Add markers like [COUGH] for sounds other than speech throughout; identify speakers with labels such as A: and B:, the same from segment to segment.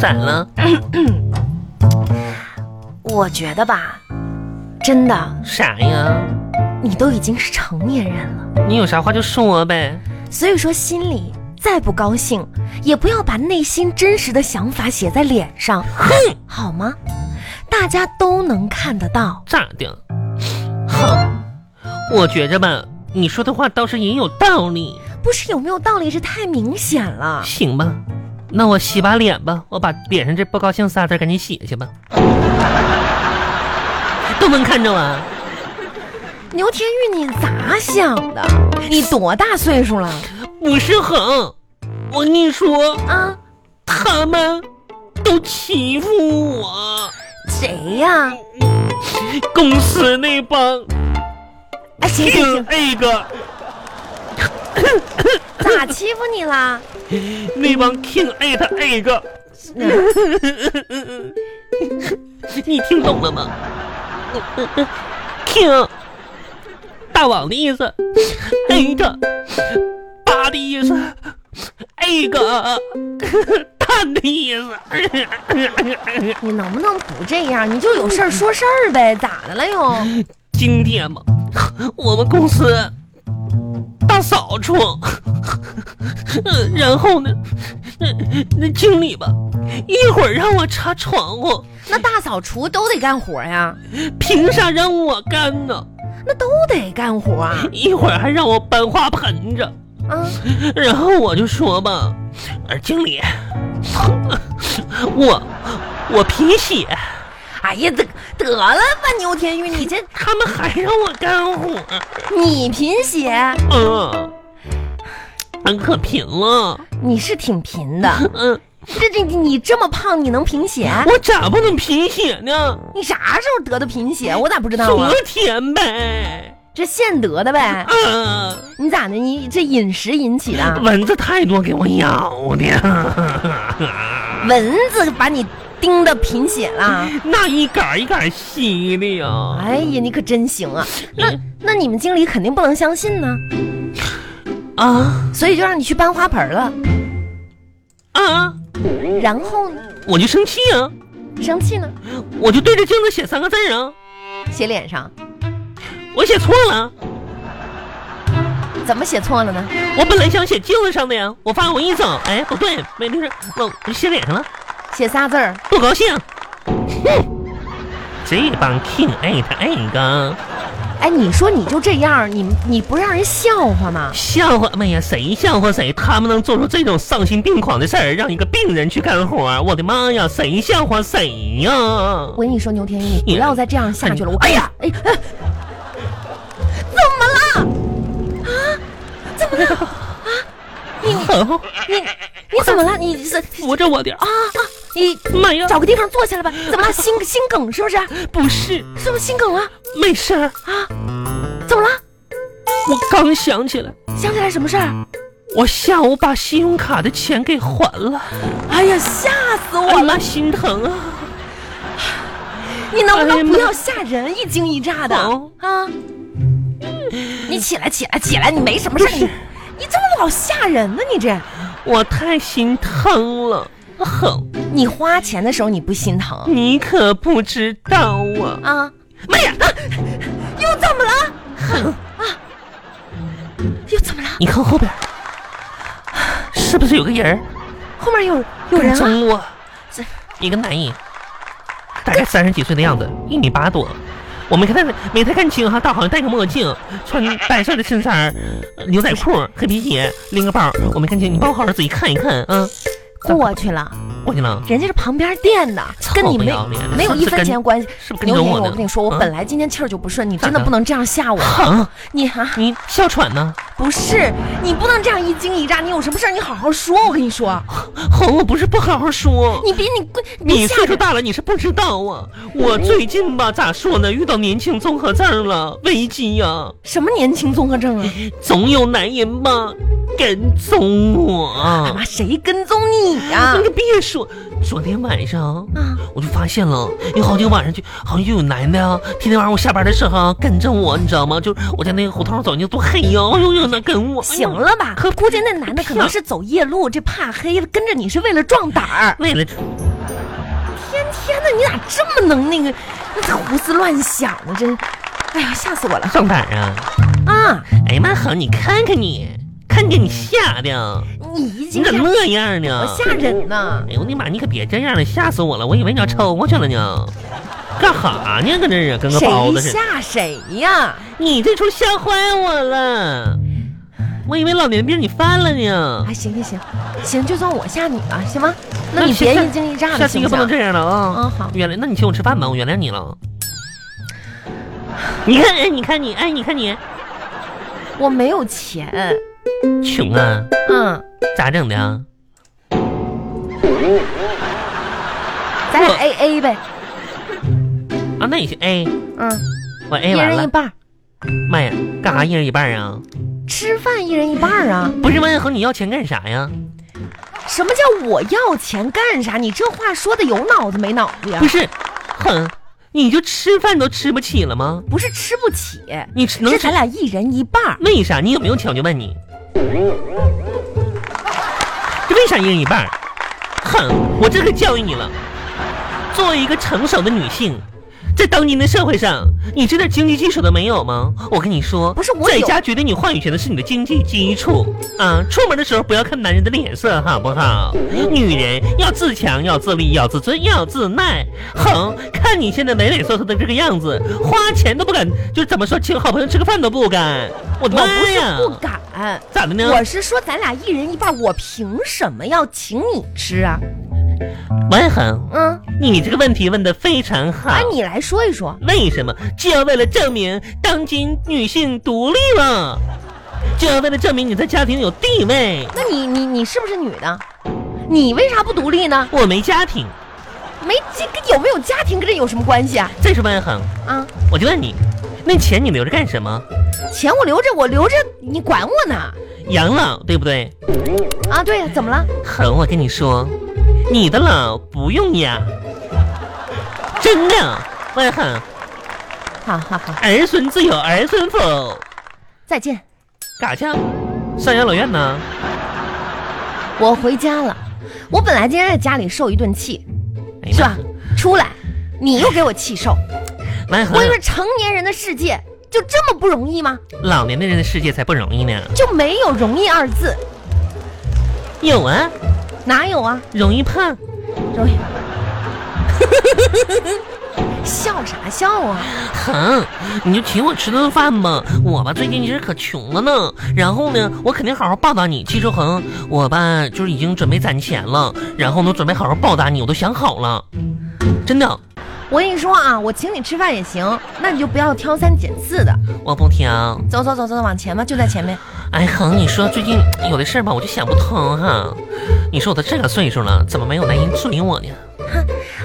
A: 感了。
B: 我觉得吧，真的，
A: 啥呀？
B: 你都已经是成年人了，
A: 你有啥话就说呗。
B: 所以说心里再不高兴，也不要把内心真实的想法写在脸上，哼，好吗？大家都能看得到。
A: 咋的？哼，我觉着吧，你说的话倒是也有道理。
B: 不是有没有道理，这太明显了。
A: 行吧，那我洗把脸吧，我把脸上这不高兴仨字赶紧写去吧。 [LAUGHS] 都能看着啊！
B: 牛天玉，你咋想的？你多大岁数了
A: 不是很，我跟你说，
B: 啊？
A: 他们都欺负我，
B: 谁呀？
A: 公司那帮
B: 哎，行行
A: 另
B: [LAUGHS] 行，
A: 那个
B: 咋欺负你啦？
A: 那帮 king A 的 A 个，
B: 嗯
A: 你听懂了吗？king 大王的意思，A 个八的意思，A 个 [LAUGHS] 蛋的意思。
B: 你能不能不这样？你就有事儿说事儿呗，咋的了又？
A: 今天嘛，我们公司大扫除，呃然后呢，那那经理吧，一会儿让我擦窗户，
B: 那大扫除都得干活呀，
A: 凭啥让我干呢？
B: 那都得干活啊。
A: 一会儿还让我搬花盆子，
B: 啊，
A: 然后我就说吧，呃，经理，我我贫血，
B: 哎呀，得得了吧，牛天玉，你这
A: 他们还让我干活，
B: 你贫血，
A: 嗯，俺可贫了，
B: 你是挺贫的。
A: 嗯。
B: 这这你这么胖，你能贫血？
A: 我咋不能贫血呢？
B: 你啥时候得的贫血？我咋不知道啊
A: 昨？天呗。
B: 这现得的呗。
A: 啊，
B: 你咋的？你这饮食引起的？
A: 蚊子太多给我咬的， [LAUGHS]
B: 蚊子把你叮的贫血了？
A: 那一杆一杆吸的呀。
B: 哎呀，你可真行啊！那那你们经理肯定不能相信呢，
A: 啊
B: 所以就让你去搬花盆了。
A: 啊！
B: 然后呢？
A: 我就生气啊，
B: 生气呢？
A: 我就对着镜子写三个字儿啊，
B: 写脸上？
A: 我写错了，
B: 怎么写错了呢？
A: 我本来想写镜子上的呀，我发现我一整，哎，不对，没没事，我我写脸上了，
B: 写仨字儿，
A: 不高兴。 [LAUGHS] 哼，这帮 king 爱他爱个。
B: 哎，你说你就这样，你你不让人笑话吗？
A: 笑话！哎呀，谁笑话谁？他们能做出这种丧心病狂的事儿，让一个病人去干活儿，我的妈呀！谁笑话谁呀？ [LAUGHS]
B: 我跟你说，牛天宇，你不要再这样下去了。我
A: 哎呀，
B: 哎哎，怎么了？啊
A: 好，
B: 你你怎么了？你是
A: 扶哎着我点儿
B: 啊
A: 啊！
B: 啊！你
A: 妈呀，
B: 找个地方坐下来吧。怎么了？心心梗是不是？
A: 不是，
B: 是不是心梗了？啊
A: 没事儿，
B: 怎么了？
A: 我刚想起来，
B: 想起来什么事儿？
A: 我下午把信用卡的钱给还了，
B: 哎呀，吓死我
A: 哎呀
B: 了！
A: 妈，心疼啊！
B: 你能不
A: 哎呀
B: 能
A: 妈
B: 不要吓人，一惊一乍的
A: 哦
B: 啊？你起来，起来，起来！你没什么事儿，你你这么老吓人呢？你这，
A: 我太心疼了，哼，
B: 你花钱的时候你不心疼
A: 你可不知道啊！
B: 啊？
A: 妈呀，啊
B: 又怎么了？啊，又怎么了？
A: 你看后边儿，是不是有个人儿？
B: 后面有有人啊了？
A: 中我
B: 这，
A: 一个男人，大概三十几岁的样子，一米八多。我没看他，没太看清哈，但好像戴个墨镜，穿白色的衬衫儿，呃牛仔裤，黑皮鞋，拎个包，我没看清。你帮我好好仔细看一看啊！
B: 过去了，
A: 过去了，
B: 人家是旁边店的，
A: 操
B: 跟你
A: 不
B: 没
A: 要脸
B: 没有
A: 是不
B: 一
A: 是
B: 分
A: 跟
B: 钱关系。
A: 是不是跟
B: 牛
A: 着
B: 爷，
A: 我呢？
B: 我跟你说，我
A: 啊
B: 本来今天气儿就不顺，你真
A: 咋
B: 的
A: 的
B: 不能这样吓我。
A: 哼，
B: 你哈、
A: 你哮喘呢？
B: 不是，你不能这样一惊一乍。你有什么事儿，你好好说。我跟你说，
A: 哼，我不是不好好说。
B: [LAUGHS] 你别你跪
A: 你
B: 你吓
A: 岁数
B: 人。
A: 大了，你是不知道啊！我最近吧，咋说呢，遇到年轻综合症了，危机呀、
B: 什么年轻综合症 [LAUGHS] 啊？
A: 总有男人吧跟踪
B: 他
A: 我。
B: 妈谁跟踪你呀、
A: 那个别说，昨天晚上
B: 啊？
A: 我就发现了，有好几个晚上就好像就有男的啊，天天晚上我下班的时候啊跟着我，你知道吗？就是我家那个胡同走，你多黑呀、哎呦呦，那跟我。哎呦
B: [LAUGHS] 行，了吧？
A: 可
B: 估计那男的可能是走夜路，这怕黑，跟着你是为了壮胆儿。
A: 哎为了
B: 天哪，你咋这么能那个，那胡思乱想呢？真，哎呀，吓死我了
A: 上哪儿啊？
B: 啊！
A: 哎呀妈好，你看看你，看给你吓的，啊
B: 你嗯
A: 你
B: 今
A: 咋
B: 天
A: 那样呢？
B: 我吓人呢，
A: 哎呦我的妈！你可别这样了，吓死我了！我以为你要抽过去了呢，干哈呢？搁这儿啊，跟个包
B: 谁
A: 子似的。
B: 吓谁呀？
A: 你这出吓坏我了，我以为老年病你犯了呢
B: 啊，。行行行，行，就算我吓你了，行吗？那你
A: 下
B: 别
A: 下
B: 一惊一乍
A: 下
B: 哎的，
A: 次
B: 行
A: 应该
B: 不
A: 不
B: 行
A: 能？这样了啊。
B: 嗯好
A: 原谅，那你请我吃饭吧，我原谅你了。你看，哎，你看你，哎，你看你，
B: 我没有钱，
A: 穷啊，
B: 嗯，
A: 咋整的啊？
B: 咱俩
A: 我
B: A A 呗，
A: 啊，那也行，哎，
B: 嗯，
A: 我
B: 一
A: 哎完
B: 人一
A: 了，
B: 半儿，
A: 妈呀，干啥一人一半啊？
B: 吃饭一人一半儿啊。
A: 不是万和你要钱干啥呀？
B: 什么叫我要钱干啥？你这话说的有脑子没脑子呀
A: 不？是，哼，你就吃饭都吃不起了吗？
B: 不是吃不起，
A: 你吃能
B: 是
A: 吃
B: 咱俩一人一半儿。
A: 为啥？你有没有钱？我就问你，这为啥一人一半儿？哼，我这可教育你了。作为一个成熟的女性，在当今的社会上，你这点经济基础都没有吗？我跟你说，
B: 不是我
A: 在
B: 有
A: 家决定你话语权的是你的经济基础啊。出门的时候不要看男人的脸色，好不好？女人要自强，要自立，要自尊，要自耐。哼，看你现在畏畏缩缩的这个样子，花钱都不敢，就是怎么说，请好朋友吃个饭都不敢。我的
B: 我不
A: 妈
B: 是
A: 呀！
B: 不敢，
A: 咋的呢？
B: 我是说咱俩一人一半儿，我凭什么要请你吃啊？
A: 文恒，
B: 嗯，
A: 你这个问题问的非常好。
B: 啊，你来说一说，
A: 为什么？就要为了证明当今女性独立了，就要为了证明你在家庭有地位。
B: 那你你你是不是女的？你为啥不独立呢？
A: 我没家庭，
B: 没这跟有没有家庭跟这有什么关系啊？
A: 再说文恒，
B: 啊，
A: 我就问你，那钱你留着干什么？
B: 钱我留着，我留着，你管我呢？
A: 养老对不对？
B: 啊，对呀，怎么了？
A: 恒，我跟你说，你的老不用养，真的。文恒，
B: 好好好，
A: 儿孙自有儿孙福，
B: 再见，
A: 干啥去啊？上养老院呢？
B: 我回家了。我本来今天在家里受一顿气，
A: 哎呀
B: 是吧？出来，你又给我气受。
A: 文恒
B: 我跟，你说，成年人的世界就这么不容易吗？
A: 老年的人的世界才不容易呢。
B: 就没有容易二字，
A: 有啊，
B: 哪有啊？
A: 容易胖。
B: 容易。 [LAUGHS] 笑啥笑啊？
A: 哼，你就请我吃顿饭吧。我吧最近其实可穷了呢，然后呢，我肯定好好报答你。记住，恒，我吧就是已经准备攒钱了，然后呢准备好好报答你，我都想好了，真的，
B: 我跟你说啊，我请你吃饭也行，那你就不要挑三拣四的。
A: 我不挑。
B: 走走走走，往前吧，就在前面。
A: 哎，恒，你说最近有的事儿吧，我就想不通哈。你说我都这个岁数了，怎么没有男人追我呢？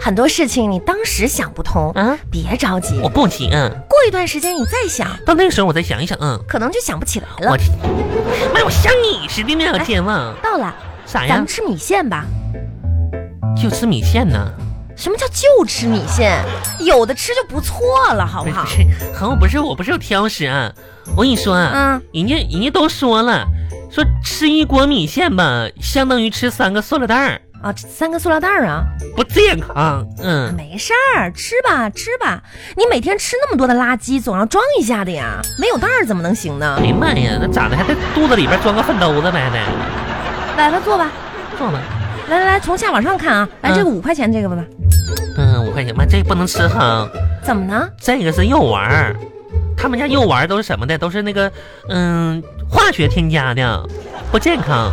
B: 很多事情你当时想不通，
A: 啊，
B: 别着急，
A: 我不急，嗯，
B: 过一段时间你再想，
A: 到那个时候我再想一想，嗯，
B: 可能就想不起来
A: 我
B: 了。
A: 这，妈呀，我啊像你似的呢，健忘
B: 到了，
A: 啥
B: 咱
A: 呀
B: 们？吃米线吧。
A: 就吃米线呢。
B: 什么叫就吃米线？有的吃就不错了，好
A: 不
B: 不哦
A: 是
B: 好
A: 不？是，恒，不是 [LAUGHS] 我不是挑食啊，我跟你说啊，
B: 嗯，
A: 人家人家都说了，说吃一锅米线吧，相当于吃三个塑料袋儿，
B: 啊，这三个塑料袋儿啊，
A: 不健康。嗯，
B: 没事儿，吃吧吃吧。你每天吃那么多的垃圾，总要装一下的呀。没有袋儿怎么能行呢
A: 哎？呀妈呀，那咋的还在肚子里边装个粪兜子呗得，
B: 来吧，坐吧。
A: 坐吧。
B: 来来来，从下往上看啊。来，
A: 嗯
B: 这个五块钱这个吧吧。
A: 嗯，五块钱，妈这个不能吃哈，
B: 怎么呢？
A: 这个是肉丸儿，他们家肉丸儿都是什么的，都是那个嗯化学添加的，不健康。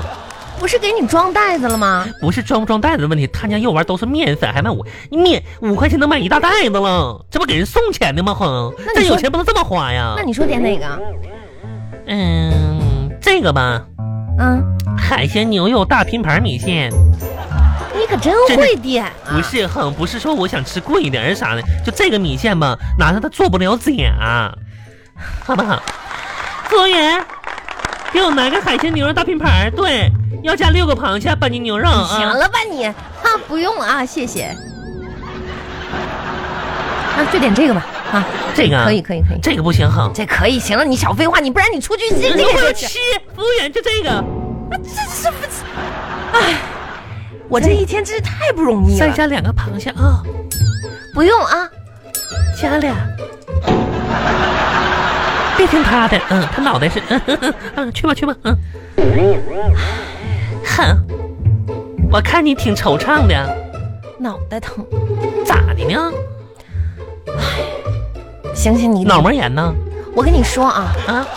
B: 不是给你装袋子了吗？
A: 不是装不装袋子的问题，他家肉丸都是面粉，还卖五面五块钱能买一大袋子了，这不给人送钱的吗？哼
B: 那，你
A: 但
B: 说
A: 有钱不能这么花呀
B: 那。你说点哪个？
A: 嗯，这个吧，
B: 嗯，
A: 海鲜牛肉大拼盘米线，
B: 你可真
A: 这是
B: 会点啊！
A: 不是哼，不是说我想吃贵一点儿啥的，就这个米线吧，拿着它做不了假，好不好？服务员，给我来个海鲜牛肉大拼盘儿，对，要加六个螃蟹，半斤牛肉
B: 行
A: 啊。
B: 了吧你？啊，不用啊，谢谢。啊，就点这个吧。啊，
A: 这个
B: 可以，可以可以，
A: 这个不行哼。
B: 这可以。行了，你少废话，你不然你出去这
A: 你
B: 这
A: 我
B: 个
A: 要
B: 这
A: 吃，服务员就这个。
B: 这是不是？哎，我这一天真是太不容易了
A: 再。加两个螃蟹啊、
B: 不用啊，家里
A: 别听他的，嗯，他脑袋是，嗯嗯嗯嗯，去吧去吧，嗯。哼，我看你挺惆怅的，
B: 脑袋疼。
A: 咋的呢？
B: 行行，你
A: 脑膜炎呢？
B: 我跟你说啊，
A: 啊，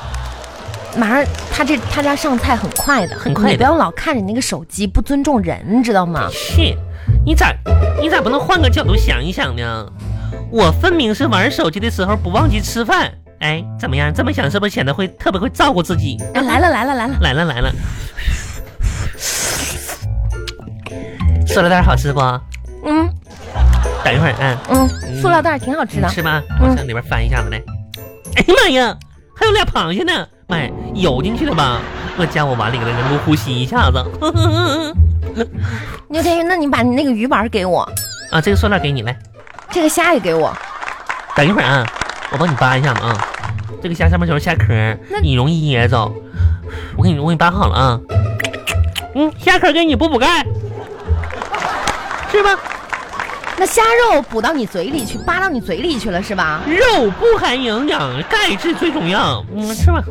B: 马上他这他家上菜很快的，
A: 很快的
B: 你不要老看着那个手机，不尊重人，你知道吗？
A: 是，你咋你咋不能换个角度想一想呢？我分明是玩手机的时候不忘记吃饭，哎，怎么样？这么想是不是显得会特别会照顾自己？
B: 哎，来了来了来了，
A: 来了来了，塑料袋好吃不？
B: 嗯
A: 等一会儿，嗯，
B: 嗯，
A: 嗯
B: 塑料袋挺好吃的
A: 你。吃吧，我上里边翻一下子来。哎呀妈呀，还有俩螃蟹呢！妈呀，咬进去了吧？我家我碗里给它人工呼吸一下子。
B: 牛天宇，那你把你那个鱼板给我，
A: 啊，这个塑料给你来，
B: 这个虾也给我。
A: 等一会儿啊，我帮你扒一下子啊。这个虾上面全是虾壳
B: 那，
A: 你容易噎着。我给你，我给你扒好了啊。嗯，虾壳给你补补钙，是吧？
B: 那虾肉补到你嘴里去，扒到你嘴里去了是吧？
A: 肉不含营养，钙质最重要。嗯，吃吧。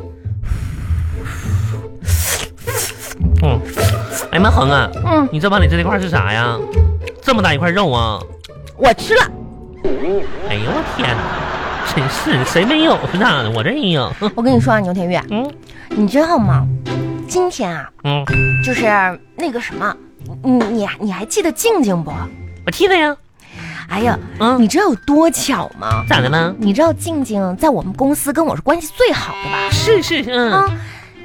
A: 嗯，哎妈恒啊，
B: 嗯，
A: 你这碗里这一块是啥呀？这么大一块肉啊！
B: 我吃了。
A: 哎呦我天哪，真是谁没有呢？我这也有。
B: 我跟你说啊，牛天宇，
A: 嗯
B: 你知道吗？今天啊，
A: 嗯，
B: 就是那个什么，你你你还记得静静不？
A: 我记得呀。
B: 哎呀，
A: 嗯，
B: 你知道有多巧吗？
A: 咋的了？
B: 你知道静静在我们公司跟我是关系最好的吧？
A: 是是是，嗯，
B: 啊，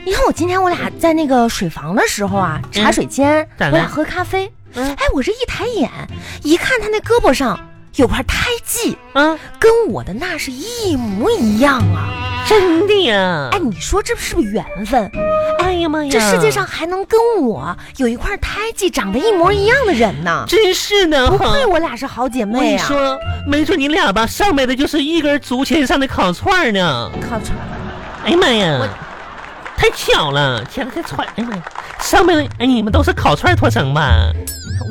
B: 你看我今天我俩在那个水房的时候啊，茶水间，
A: 咋
B: 我
A: 了
B: 俩喝咖啡，
A: 嗯
B: 哎，我这一抬眼，一看他那胳膊上有块胎记，
A: 啊，
B: 跟我的那是一模一样啊！
A: 真的呀
B: 哎，！你说这是不是缘分？
A: 哎呀妈呀，
B: 这世界上还能跟我有一块胎记长得一模一样的人呢？
A: 真是的，
B: 不
A: 恒
B: 愧我俩是好姐
A: 我跟
B: 妹
A: 你
B: 啊！
A: 说，没准你俩吧，上辈子就是一根竹签上的烤串儿呢。
B: 靠，
A: 哎呀妈呀，太巧了，前两天串，哎呀妈呀，上辈子哎你们都是烤串儿托生吧？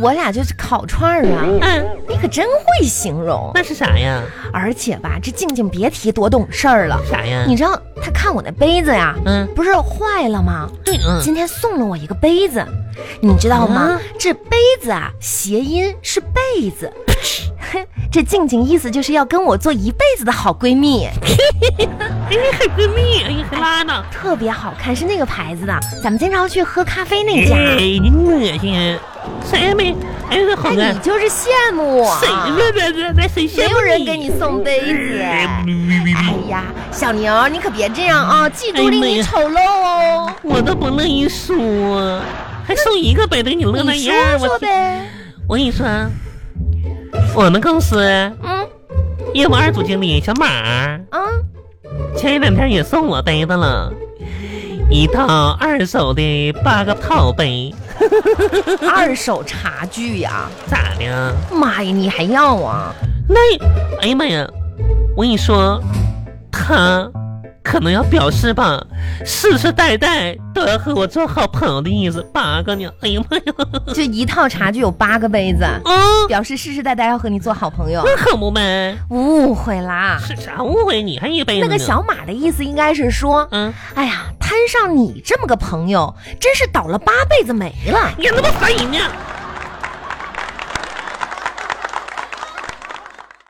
B: 我俩就是烤串儿啊！
A: 嗯，
B: 你可真会形容，
A: 那是啥呀？
B: 而且吧，这静静别提多懂事儿了。
A: 啥呀？
B: 你知道她看我那杯子呀，
A: 嗯，
B: 不是坏了吗？
A: 对，嗯，
B: 今天送了我一个杯子，你知道吗
A: 啊？
B: 这杯子啊，谐音是被子。 [LAUGHS] 这静静意思就是要跟我做一辈子的好闺蜜，
A: 哎呀，还闺蜜，哎呀，还拉呢。
B: 特别好看，是那个牌子的。咱们经常去喝咖啡那家。
A: 哎，你恶心，啊谁也没，哎呀，好
B: 那
A: 啊
B: 你，就是羡慕我
A: 谁，那那那那谁羡
B: 没
A: 慕
B: 有人给你送杯子。哎呀，小牛，你可别这样啊、嫉妒令
A: 哎
B: 你
A: 呀
B: 丑陋哦。
A: 我都不乐意说，还送一个杯子给你乐那
B: 你
A: 样
B: 说
A: 儿，哎我
B: 说呗，
A: 我跟你说啊，我们公司
B: 嗯
A: 业务二组经理小马儿
B: 啊，
A: 前两天也送我杯子了，一套二手的八个套杯，
B: 二手茶具呀、
A: 咋的啊？
B: 妈呀，你还要啊？
A: 那，哎呀妈呀！我跟你说，他可能要表示吧，世世代代都要和我做好朋友的意思。八个呢，哎呀妈呀！
B: 就一套茶具有八个
A: [LAUGHS]
B: 杯子，
A: 啊，
B: 表示世世代代要和你做好朋
A: [LAUGHS]
B: 友。
A: 那可不呗，
B: 误会啦，
A: 是啥误会？你还一杯子
B: 那个
A: 呢
B: 小马的意思应该是说，
A: 嗯，
B: 哎呀，摊上你这么个朋友，真是倒了八辈子霉了。
A: 你咋那么烦人呢？